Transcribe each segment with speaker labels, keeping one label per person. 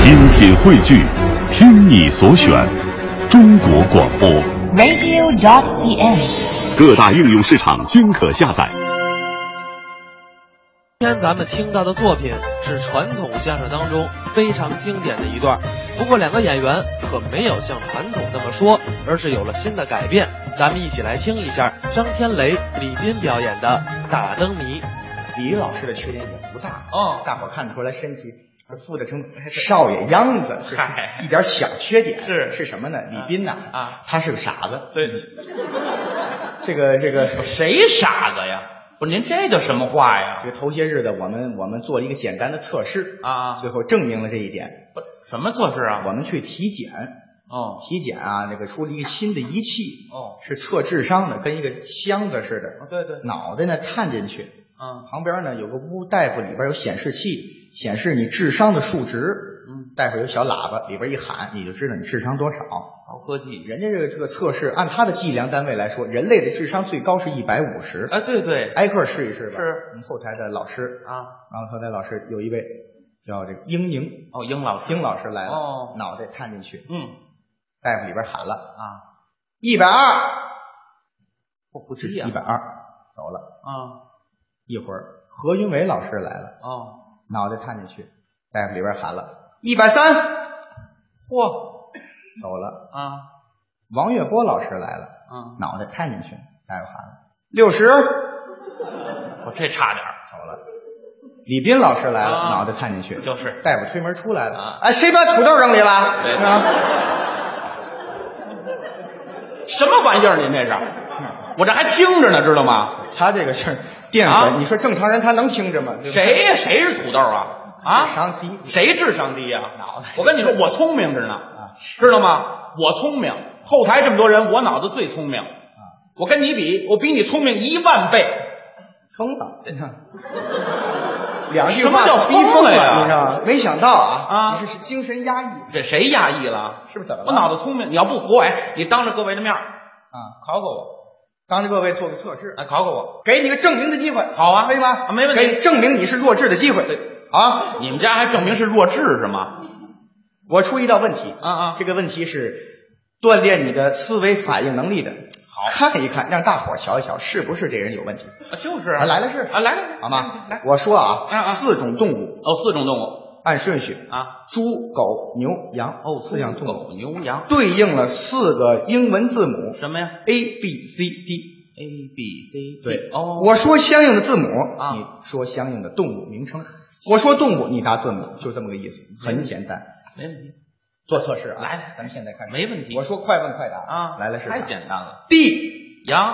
Speaker 1: 精品汇聚，听你所选，中国广播。
Speaker 2: radio.cn。
Speaker 1: 各大应用市场均可下载。
Speaker 3: 今天咱们听到的作品是传统相声当中非常经典的一段，不过两个演员可没有像传统那么说，而是有了新的改变。咱们一起来听一下张天雷、李斌表演的《打灯谜》。
Speaker 4: 李老师的缺点也不大
Speaker 3: 哦
Speaker 4: 大伙儿看得出来身体富 得成少爷秧子，
Speaker 3: 嗨
Speaker 4: 一点小缺点
Speaker 3: 是
Speaker 4: 是什么呢？李斌呐
Speaker 3: 啊，
Speaker 4: 他是个傻子，
Speaker 3: 对，
Speaker 4: 这个这个
Speaker 5: 谁傻子呀？不是您这叫什么话呀？
Speaker 4: 这个头些日子我们我们做了一个简单的测试，
Speaker 5: 啊，
Speaker 4: 最后证明了这一点。
Speaker 5: 不什么测试啊？
Speaker 4: 我们去体检，
Speaker 5: 哦
Speaker 4: 体检啊，那个出了一个新的仪器，
Speaker 5: 哦，
Speaker 4: 是测智商的，跟一个箱子似的，
Speaker 5: 对对，
Speaker 4: 脑袋呢探进去，
Speaker 5: 啊，
Speaker 4: 旁边呢有个屋，大夫里边有显示器，显示你智商的数值。
Speaker 5: 嗯，
Speaker 4: 大夫有小喇叭，里边一喊，你就知道你智商多少。
Speaker 5: 高科技。
Speaker 4: 人家这个这个测试，按他的计量单位来说，人类的智商最高是一百五十。
Speaker 5: 哎，对对
Speaker 4: 挨个试一试吧。
Speaker 5: 是
Speaker 4: 我们后台的老师，
Speaker 5: 啊，
Speaker 4: 然后后台老师有一位叫这个英宁，
Speaker 5: 哦，英老师，
Speaker 4: 英老师来了，
Speaker 5: 哦
Speaker 4: 脑袋探进去，
Speaker 5: 嗯
Speaker 4: 大夫里边喊了
Speaker 5: 啊，
Speaker 4: 一百二，
Speaker 5: 我不
Speaker 4: 是
Speaker 5: 低哎呀
Speaker 4: 一百二，走了。
Speaker 5: 啊，
Speaker 4: 一会儿何云伟老师来了，
Speaker 5: 哦，
Speaker 4: 脑袋探进去，大夫里边喊了一百三，
Speaker 5: 嚯
Speaker 4: 走了。
Speaker 5: 啊
Speaker 4: 王月波老师来了，
Speaker 5: 啊，
Speaker 4: 脑袋探进去，大夫喊了六十，走
Speaker 5: 我这差点儿
Speaker 4: 了。李斌老师来了，
Speaker 5: 啊
Speaker 4: 脑袋探进去，
Speaker 5: 就是
Speaker 4: 大夫推门出来了
Speaker 5: 啊，
Speaker 4: 哎，谁把土豆扔里了？
Speaker 5: 对
Speaker 4: 啊。
Speaker 5: 什么玩意儿？您这是？我这还听着呢，知道吗？
Speaker 4: 他这个是淀粉，
Speaker 5: 啊
Speaker 4: 你说正常人他能听着吗？对吧
Speaker 5: 谁呀？谁是土豆啊？
Speaker 4: 智
Speaker 5: 啊，
Speaker 4: 商低，
Speaker 5: 谁智商低呀？
Speaker 4: 脑袋
Speaker 5: 我跟你说，我聪明着呢，知道吗？我聪明，后台这么多人，我脑子最聪明。我跟你比，我比你聪明一万倍。
Speaker 4: 疯 了。两句
Speaker 5: 什
Speaker 4: 话
Speaker 5: 么叫
Speaker 4: 逼疯
Speaker 5: 疯了呀
Speaker 4: 你知道吗？没想到啊，
Speaker 5: 啊
Speaker 4: 你是精神压抑，
Speaker 5: 这谁压抑了？
Speaker 4: 是不是怎么了
Speaker 5: 我脑子聪明，你要不服我，哎，你当着各位的面儿
Speaker 4: 啊，
Speaker 5: 考考我，
Speaker 4: 当着各位做个测试，
Speaker 5: 哎，考考我。
Speaker 4: 给你个证明的机会，
Speaker 5: 好啊
Speaker 4: 可以吗？
Speaker 5: 啊没问题
Speaker 4: 给你证明你是弱智的机会，对啊。
Speaker 5: 你们家还证明是弱智是吗？
Speaker 4: 我出一道问题
Speaker 5: 啊啊
Speaker 4: 这个问题是锻炼你的思维反应能力的。
Speaker 5: 好
Speaker 4: 看一看，让大伙儿瞧一瞧，是不是这人有问题？
Speaker 5: 啊就是
Speaker 4: 啊
Speaker 5: 啊，
Speaker 4: 来了试试
Speaker 5: 啊，来来
Speaker 4: 好吗？
Speaker 5: 来，
Speaker 4: 我说啊，
Speaker 5: 啊啊
Speaker 4: 四种动物
Speaker 5: 哦，四种动物
Speaker 4: 按顺序，
Speaker 5: 啊，
Speaker 4: 猪、狗、牛、羊，哦，四样动物，
Speaker 5: 狗、牛、羊，
Speaker 4: 对应了四个英文字母
Speaker 5: 什么呀
Speaker 4: A、B、C、D。
Speaker 5: ？A B C D
Speaker 4: 对，
Speaker 5: 哦，
Speaker 4: 我说相应的字母，
Speaker 5: 啊
Speaker 4: 你说相应的动物名称。我说动物，你答字母，就这么个意思，很简单。
Speaker 5: 没问题，
Speaker 4: 做测试啊，
Speaker 5: 来来
Speaker 4: 咱们现在开始。
Speaker 5: 没问题
Speaker 4: 我说快问快答
Speaker 5: 啊，
Speaker 4: 来了是吧
Speaker 5: 太简单了，
Speaker 4: D
Speaker 5: 羊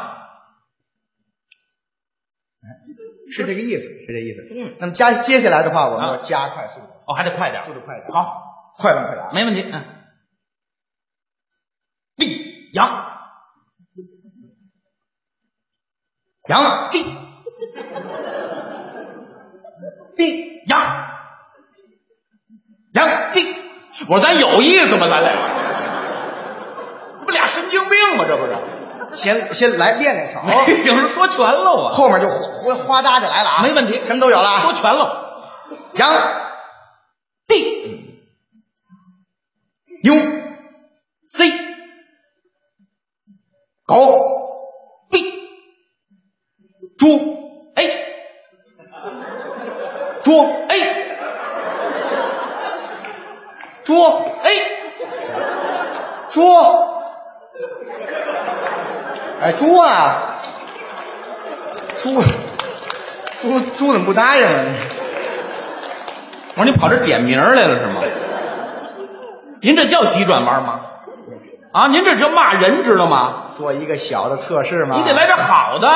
Speaker 4: 是这个意思，是这意思。嗯，那么加接下来的话，我们要加快速度，
Speaker 5: 哦还得快点儿，
Speaker 4: 速度快点。，
Speaker 5: 好，
Speaker 4: 快问快答。
Speaker 5: 没问题，嗯。B 羊
Speaker 4: 羊
Speaker 5: ，B
Speaker 4: D
Speaker 5: 羊
Speaker 4: 羊 D，
Speaker 5: 我说咱有意思吗？咱俩，这不俩神经病吗？这不是？
Speaker 4: 先先来练练草。
Speaker 5: 有人说全了我，
Speaker 4: 后面就哗哗哗嗒就来了啊，
Speaker 5: 没问题
Speaker 4: 什么都有了
Speaker 5: 说
Speaker 4: 啊。
Speaker 5: 全了。
Speaker 4: 羊、
Speaker 5: D
Speaker 4: 牛、
Speaker 5: C
Speaker 4: 狗、
Speaker 5: B
Speaker 4: 猪、
Speaker 5: A
Speaker 4: 猪、
Speaker 5: A
Speaker 4: 猪、
Speaker 5: A
Speaker 4: 猪，哎，猪啊，猪，猪猪怎么不答应啊？
Speaker 5: 我说你跑这点名儿来了是吗？您这叫急转弯吗？啊，您这叫骂人知道吗？
Speaker 4: 做一个小的测试嘛。
Speaker 5: 你得来。点好的，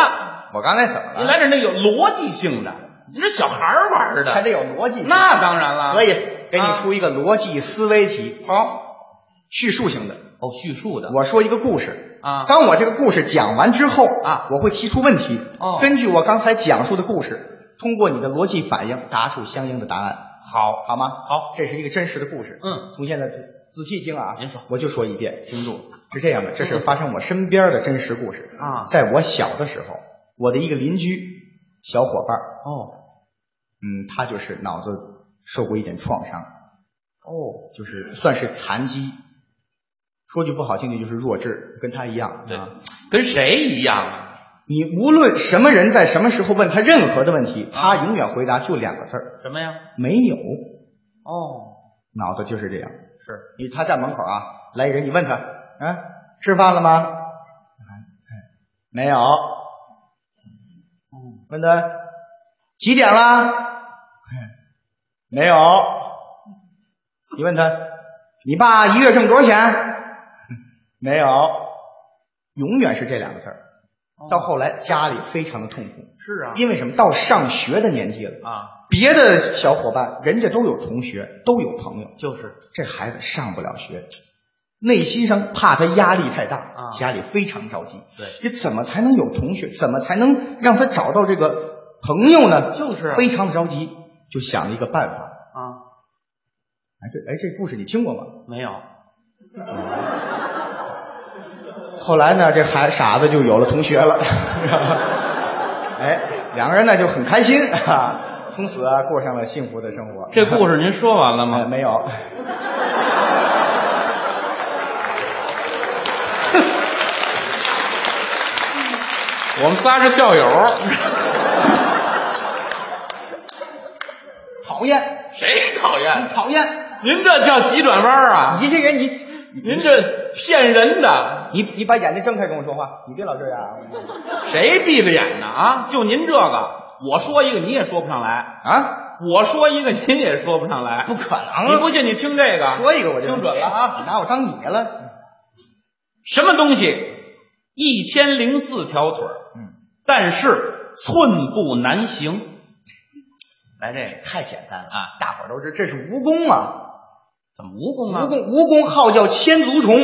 Speaker 4: 我刚才怎么了？
Speaker 5: 你来点那有逻辑性的。你这小孩儿玩儿的，
Speaker 4: 还得有逻辑。
Speaker 5: 那当然了，
Speaker 4: 可以给你
Speaker 5: 啊
Speaker 4: 出一个逻辑思维题。好，叙述型的。
Speaker 5: 哦，叙述的
Speaker 4: 我说一个故事
Speaker 5: 啊
Speaker 4: 当我这个故事讲完之后
Speaker 5: 啊
Speaker 4: 我会提出问题。
Speaker 5: 哦
Speaker 4: 根据我刚才讲述的故事，通过你的逻辑反应答出相应的答案，
Speaker 5: 好，
Speaker 4: 好吗？
Speaker 5: 好，
Speaker 4: 这是一个真实的故事。
Speaker 5: 嗯，
Speaker 4: 从现在仔仔细听啊，
Speaker 5: 您说
Speaker 4: 我就说一遍，听住。是这样的，这是发生我身边的真实故事
Speaker 5: 啊
Speaker 4: 在我小的时候，我的一个邻居小伙伴儿，
Speaker 5: 哦，
Speaker 4: 嗯，他就是脑子受过一点创伤，哦，就是算是残疾。说句不好听的，就是弱智，跟他一样。
Speaker 5: 对
Speaker 4: 啊，
Speaker 5: 跟谁一样啊？
Speaker 4: 你无论什么人在什么时候问他任何的问题，他永远回答就两个字儿：
Speaker 5: 啊什么呀？
Speaker 4: 没有。
Speaker 5: 哦，
Speaker 4: 脑子就是这样。
Speaker 5: 是
Speaker 4: 你他站门口啊，来人，你问他啊，吃饭了吗？没有。
Speaker 5: 嗯
Speaker 4: 问他几点啦？没有。你问他，你爸一月挣多少钱？ 没有。永远是这两个字儿。到后来家里非常的痛苦，
Speaker 5: 哦是啊，
Speaker 4: 因为什么？到上学的年纪了，
Speaker 5: 啊，
Speaker 4: 别的小伙伴人家都有同学，都有朋友，
Speaker 5: 就是
Speaker 4: 这孩子上不了学，内心上怕他压力太大，
Speaker 5: 啊
Speaker 4: 家里非常着急。
Speaker 5: 对
Speaker 4: 你怎么才能有同学？怎么才能让他找到这个朋友呢？
Speaker 5: 就是啊
Speaker 4: 非常着急，就想了一个办法。
Speaker 5: 啊，
Speaker 4: 哎，这哎这故事你听过吗？
Speaker 5: 没有
Speaker 4: 后来呢，这孩傻子就有了同学 了，哎，两个人呢就很开心 啊，从此啊过上了幸福的生活。
Speaker 5: 这 故事您说完了
Speaker 4: 呃
Speaker 5: 吗？
Speaker 4: 没有。
Speaker 5: 我们仨是校友，
Speaker 4: 讨厌，
Speaker 5: 谁讨厌？
Speaker 4: 讨厌！
Speaker 5: 您这叫急转弯啊！
Speaker 4: 你这人，你
Speaker 5: 您这骗人的，
Speaker 4: 你你把眼睛睁开跟我说话，你别老这样啊
Speaker 5: 谁闭着眼呢？啊，就您这个，我说一个你也说不上来，
Speaker 4: 啊！
Speaker 5: 我说一个您也说不上来，
Speaker 4: 不可能
Speaker 5: 你不信你听这个，
Speaker 4: 说一个我就
Speaker 5: 听准了啊！
Speaker 4: 你拿我当你了？
Speaker 5: 什么东西？一千零四条腿儿，
Speaker 4: 嗯，
Speaker 5: 但是寸步难行。来这个
Speaker 4: 太简单了
Speaker 5: 啊！
Speaker 4: 大伙儿都知这是蜈蚣啊，
Speaker 5: 怎么蜈蚣
Speaker 4: 蜈
Speaker 5: 啊？
Speaker 4: 蚣蜈蚣号叫千足虫，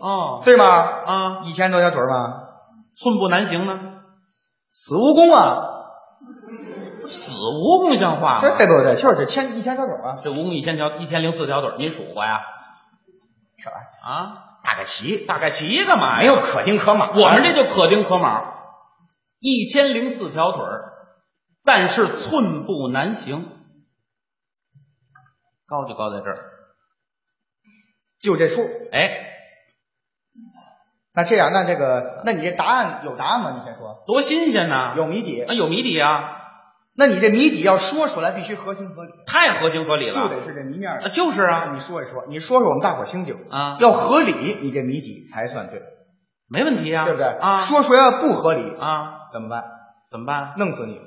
Speaker 5: 哦，
Speaker 4: 对吗？
Speaker 5: 啊，
Speaker 4: 一千多条腿儿吗？
Speaker 5: 寸步难行呢？
Speaker 4: 死蜈蚣啊，
Speaker 5: 死蜈蚣像话
Speaker 4: 对
Speaker 5: 吗？
Speaker 4: 不对？就是这千一千条腿儿啊，
Speaker 5: 这蜈蚣一千条，一千零四条腿儿，您数过呀？
Speaker 4: 是吧？
Speaker 5: 啊，
Speaker 4: 大概齐，
Speaker 5: 大概齐干嘛
Speaker 4: 没
Speaker 5: 呀？
Speaker 4: 有可丁可啊卯。
Speaker 5: 我们这就可丁可卯，一千零四条腿儿，但是寸步难行。高就高在这儿，
Speaker 4: 就这数。
Speaker 5: 哎，
Speaker 4: 那这样，那这个，那你这答案有答案吗？你先说，
Speaker 5: 多新鲜呐！
Speaker 4: 有谜底
Speaker 5: 啊，。有谜底啊，
Speaker 4: 那你这谜底要说出来，必须合情合理。
Speaker 5: 太合情合理了。
Speaker 4: 就得是这谜面儿
Speaker 5: 啊，就是啊，
Speaker 4: 让你说一说，你说说我们大伙儿听听
Speaker 5: 啊
Speaker 4: 要合理，你这谜底才算对，
Speaker 5: 没问题啊，
Speaker 4: 对不对？
Speaker 5: 啊，
Speaker 4: 说出来要不合理，
Speaker 5: 啊，
Speaker 4: 怎么办？
Speaker 5: 怎么办？
Speaker 4: 弄死你！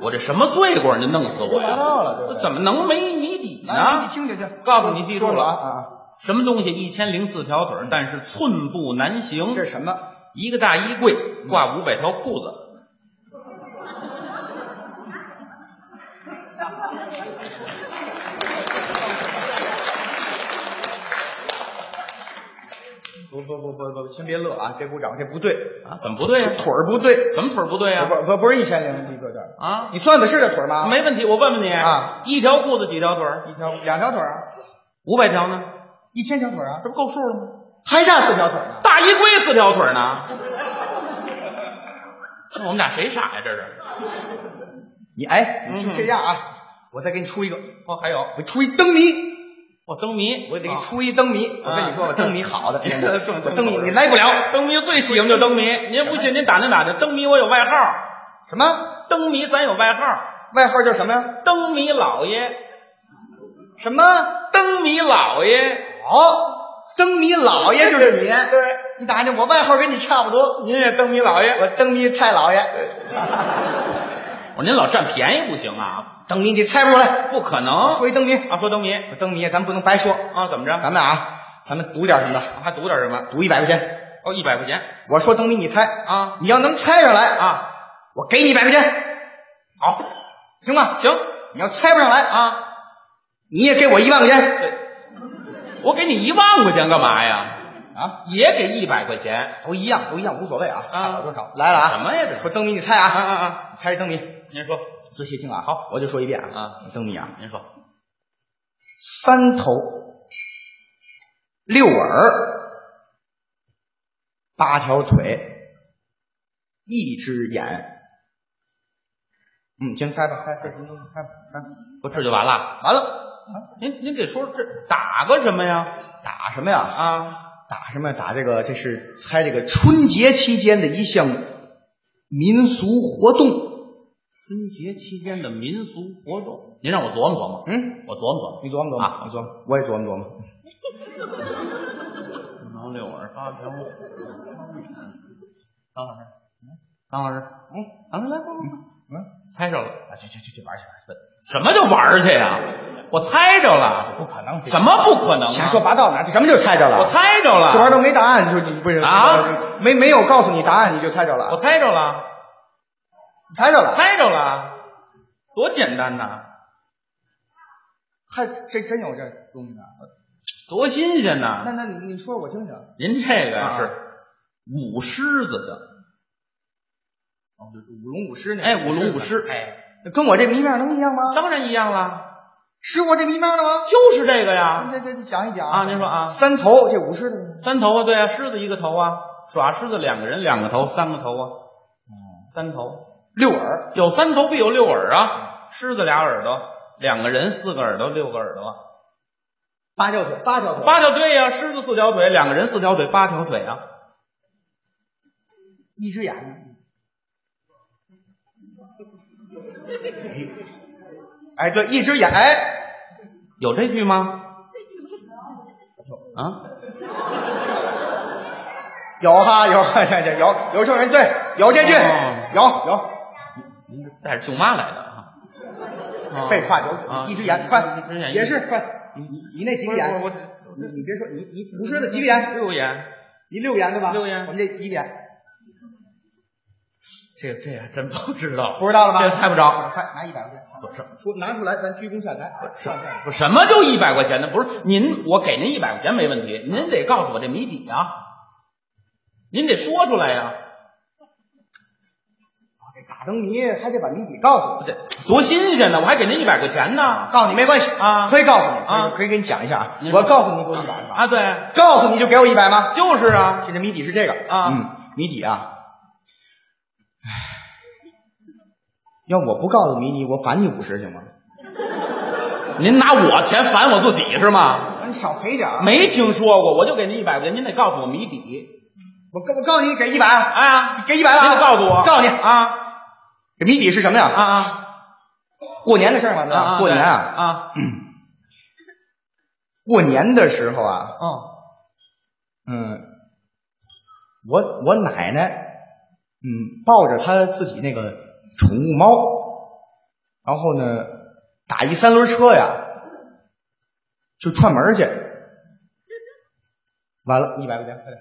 Speaker 5: 我这什么罪过？你弄死我
Speaker 4: 达
Speaker 5: 呀！
Speaker 4: 到了，对不对？
Speaker 5: 怎么能没谜底
Speaker 4: 来你
Speaker 5: 呢？
Speaker 4: 听听去，
Speaker 5: 啊告诉你记住
Speaker 4: 说
Speaker 5: 了
Speaker 4: 说啊
Speaker 5: 什么东西一千零四条腿儿，但是寸步难
Speaker 4: 啊！这
Speaker 5: 行。
Speaker 4: 是嗯什么？
Speaker 5: 一个大衣柜挂五百条裤子，
Speaker 4: 不不不不不，先别乐啊！别鼓掌，这不对，
Speaker 5: 啊，怎么不对呀、
Speaker 4: 腿儿不对，啊
Speaker 5: 怎么腿儿不对呀、
Speaker 4: 不不不是一千零一个腿儿，
Speaker 5: 啊？
Speaker 4: 你算的是这腿儿吗？，
Speaker 5: 没问题，我问问你
Speaker 4: 啊，
Speaker 5: 一条裤子几条腿儿？
Speaker 4: 一条两条腿儿啊，
Speaker 5: 五百条呢？
Speaker 4: 一千条腿儿啊，
Speaker 5: 这不够数了吗？
Speaker 4: 还差四条腿儿呢。
Speaker 5: 大衣柜四条腿儿呢？ 那我们俩谁傻呀、这是？
Speaker 4: 你哎，你就
Speaker 5: 嗯
Speaker 4: 这样啊！我再给你出一个，
Speaker 5: 哦，还有
Speaker 4: 我出一灯谜。
Speaker 5: 我灯谜，
Speaker 4: 我得给你
Speaker 5: 啊
Speaker 4: 出一灯谜。我跟你说吧，灯 谜好的， 真的我灯谜你来不了。
Speaker 5: 灯谜最喜欢就灯谜，您不信您打听打听，灯谜我有外号，
Speaker 4: 什么
Speaker 5: 灯谜咱有外号，
Speaker 4: 外号叫什么呀？
Speaker 5: 灯谜老爷，
Speaker 4: 什么？
Speaker 5: 灯谜老爷，
Speaker 4: 好，灯谜老爷就是 你。对，你打听我外号跟你差不多，
Speaker 5: 您也灯谜老爷。
Speaker 4: 我灯谜太老爷。
Speaker 5: 我说您老占便宜不行啊，
Speaker 4: 灯谜你猜不出来，
Speaker 5: 不可能。
Speaker 4: 说一灯谜。
Speaker 5: 啊，说灯谜
Speaker 4: 我灯谜咱不能白说，
Speaker 5: 啊，怎么着？啊
Speaker 4: 咱们啊，咱们赌点什么的，
Speaker 5: 还赌点什么？
Speaker 4: 赌一百块钱。
Speaker 5: 哦，一百块钱
Speaker 4: 我说灯谜你猜，
Speaker 5: 啊
Speaker 4: 你要能猜上来，
Speaker 5: 啊，
Speaker 4: 我给你一百块钱，
Speaker 5: 好，
Speaker 4: 行吗？
Speaker 5: 行
Speaker 4: 你要猜不上来，
Speaker 5: 啊，
Speaker 4: 你也给我一万块钱
Speaker 5: 我给你一万块钱干嘛呀？
Speaker 4: 啊，
Speaker 5: 也给一百块钱，
Speaker 4: 都一样，都一样，无所谓啊，
Speaker 5: 啊
Speaker 4: 差不了多少。来了啊，
Speaker 5: 什么呀这是
Speaker 4: 说灯谜你猜
Speaker 5: 啊
Speaker 4: 啊，
Speaker 5: 啊啊！
Speaker 4: 猜灯谜，
Speaker 5: 您说，
Speaker 4: 仔细听啊。好，我就说一遍啊。灯谜啊，
Speaker 5: 您说，
Speaker 4: 三头，六耳，八条腿，一只眼。嗯，行，猜吧，猜，这什么东西？猜吧，猜。
Speaker 5: 不是就完了？啊
Speaker 4: 完了，
Speaker 5: 您您得说这打个什么呀？
Speaker 4: 打什么呀？
Speaker 5: 啊，
Speaker 4: 打什么呀？打这个，这是猜这个春节期间的一项民俗活动。
Speaker 5: 春节期间的民俗活动，您让我琢磨琢磨。
Speaker 4: 嗯，
Speaker 5: 我琢磨琢
Speaker 4: 你琢磨琢磨，
Speaker 5: 啊
Speaker 4: 你琢磨，我也琢磨琢磨。
Speaker 5: 磨。五毛六二八条五。张老师，张老师，哎，咱们来吧。
Speaker 4: 嗯，
Speaker 5: 猜着了，啊去去去去玩去玩去！什么叫玩去呀？我猜着了，
Speaker 4: 不可能
Speaker 5: 什么不可能啊？
Speaker 4: 瞎说八道呢？这什么就猜着了？
Speaker 5: 我猜着了，
Speaker 4: 这玩意儿都没答案，你说你不是
Speaker 5: 啊？
Speaker 4: 没没有告诉你答案，你就猜着
Speaker 5: 我
Speaker 4: 了？
Speaker 5: 猜着了，
Speaker 4: 猜着了，
Speaker 5: 猜着了，多简单呐，
Speaker 4: 还这真有这东西呢？
Speaker 5: 多新鲜
Speaker 4: 那
Speaker 5: 呐！
Speaker 4: 那你你说我听听。
Speaker 5: 您这个呀
Speaker 4: 啊
Speaker 5: 是舞狮子的，
Speaker 4: 哦，舞龙舞狮那
Speaker 5: 哎，舞龙舞狮，
Speaker 4: 哎，跟我这谜面能一样吗？
Speaker 5: 当然一样了，
Speaker 4: 是我这谜面的吗？
Speaker 5: 就是这个呀。
Speaker 4: 这这这讲一讲
Speaker 5: 啊您说啊
Speaker 4: 三头这舞狮的
Speaker 5: 三头啊，对啊，狮子一个头啊，耍狮子两个人两个头，三个头啊，三头
Speaker 4: 六耳，
Speaker 5: 有三头必有六耳啊，狮子俩耳朵，两个人四个耳朵，六个耳朵啊，
Speaker 4: 八条腿，八条腿，
Speaker 5: 八条腿呀、狮子四条腿，两个人四条腿，八条腿啊，
Speaker 4: 一只眼。哎，对，一只眼，哎，
Speaker 5: 有这句吗？啊，
Speaker 4: 有哈有哈，这这有有圣人对，有这句，
Speaker 5: 哦
Speaker 4: 有有，
Speaker 5: 您这带着舅妈来的啊？啊
Speaker 4: 废话
Speaker 5: 啊
Speaker 4: 有，一只眼，快
Speaker 5: 一只眼
Speaker 4: 解释，快，你你那几个眼？
Speaker 5: 我
Speaker 4: 你你别说，你你不是的几个眼？
Speaker 5: 六眼，
Speaker 4: 你六眼对吧？
Speaker 5: 六眼
Speaker 4: 我们这几个眼
Speaker 5: 这这还真不知道，
Speaker 4: 不知道了吧？
Speaker 5: 这猜不着。
Speaker 4: 快拿一百块钱，
Speaker 5: 不是
Speaker 4: 说拿出来，咱鞠躬下台。上台
Speaker 5: 不是什么就一百块钱的？不是您，我给您一百块钱没问题，您得告诉我这谜底啊，您得说出来呀、
Speaker 4: 打灯谜还得把谜底告诉
Speaker 5: 不
Speaker 4: 我。
Speaker 5: 对，多新鲜呢！我还给您一百块钱呢。
Speaker 4: 告诉你没关系
Speaker 5: 啊
Speaker 4: 可以告诉你
Speaker 5: 啊
Speaker 4: 可以给你讲一下啊
Speaker 5: 您。说
Speaker 4: 我告诉你给我一百吧，
Speaker 5: 啊，对，
Speaker 4: 告诉你就给我一百吗？
Speaker 5: 就是啊，
Speaker 4: 这这谜底是这个
Speaker 5: 啊
Speaker 4: 嗯，谜底啊，唉要我不告诉你，你我返你五十行吗？
Speaker 5: 您拿我钱烦我自己是吗？
Speaker 4: 你少赔点儿
Speaker 5: 没听说过，我就给您一百块钱，您得告诉我谜底。
Speaker 4: 我告我告诉你给一百，
Speaker 5: 啊，
Speaker 4: 给一百了
Speaker 5: 您
Speaker 4: 啊，
Speaker 5: 得告诉我，
Speaker 4: 告诉你，
Speaker 5: 啊
Speaker 4: 这谜底是什么
Speaker 5: 啊
Speaker 4: 呀？
Speaker 5: 啊
Speaker 4: 过年的事儿嘛，对吧
Speaker 5: 啊！
Speaker 4: 过年
Speaker 5: 啊
Speaker 4: 啊，
Speaker 5: 啊，
Speaker 4: 过年的时候啊，
Speaker 5: 哦，
Speaker 4: 嗯，我我奶奶，嗯，抱着她自己那个宠物猫，然后呢，打一三轮车呀，就串门去，完了，一百块钱，快点，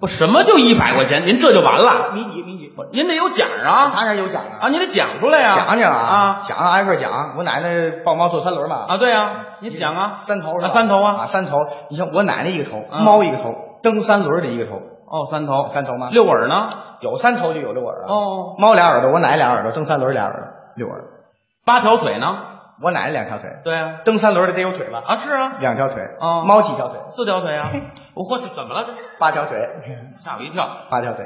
Speaker 5: 不，什么就一百块钱？您这就完了？
Speaker 4: 谜底谜底，
Speaker 5: 不您得有奖啊
Speaker 4: 当然有奖了
Speaker 5: 啊！您得讲出来呀、
Speaker 4: 讲讲
Speaker 5: 啊
Speaker 4: 讲啊，挨个讲。我奶奶抱猫坐三轮嘛，
Speaker 5: 啊！对啊，你讲啊！
Speaker 4: 三头是吧
Speaker 5: 啊三头啊
Speaker 4: 三头。你像我奶奶一个头，
Speaker 5: 啊
Speaker 4: 猫一个头，蹬三轮的一个头，
Speaker 5: 哦，三头
Speaker 4: 三头吗？
Speaker 5: 六耳呢？
Speaker 4: 有三头就有六耳啊。
Speaker 5: 哦，
Speaker 4: 猫俩耳朵，我奶奶俩耳朵，蹬三轮俩耳朵，六耳。
Speaker 5: 八条腿呢？
Speaker 4: 我奶奶两条腿，
Speaker 5: 对啊，
Speaker 4: 蹬三轮的得有腿吧？
Speaker 5: 啊是啊，
Speaker 4: 两条腿。
Speaker 5: 哦
Speaker 4: 猫几条腿？
Speaker 5: 四条腿啊！我嚯，这怎么了？
Speaker 4: 八条腿，
Speaker 5: 这吓我一跳！
Speaker 4: 八条腿。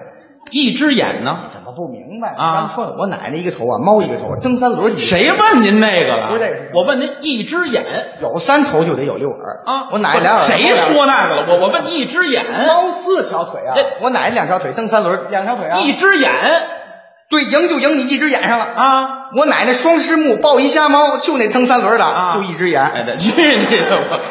Speaker 5: 一只眼呢？
Speaker 4: 怎么不明白
Speaker 5: 啊
Speaker 4: 刚说了，我奶奶一个头啊，猫一个头，蹬三轮。
Speaker 5: 谁问您那个了？
Speaker 4: 不是这个是什么
Speaker 5: 我问您一只眼
Speaker 4: 有三头就得有六耳
Speaker 5: 啊！
Speaker 4: 我奶奶俩耳朵。猫
Speaker 5: 谁
Speaker 4: 俩耳朵
Speaker 5: 说那个了？我我问一只眼，
Speaker 4: 猫四条腿啊
Speaker 5: 哎！
Speaker 4: 我奶奶两条腿，蹬三轮，两条腿啊！
Speaker 5: 一只眼
Speaker 4: 对赢就赢你一只眼上了。
Speaker 5: 啊！
Speaker 4: 我奶奶双狮目抱一瞎猫，就那蹬三轮的，
Speaker 5: 啊
Speaker 4: 就一只眼。
Speaker 5: 哎，对去你的吧！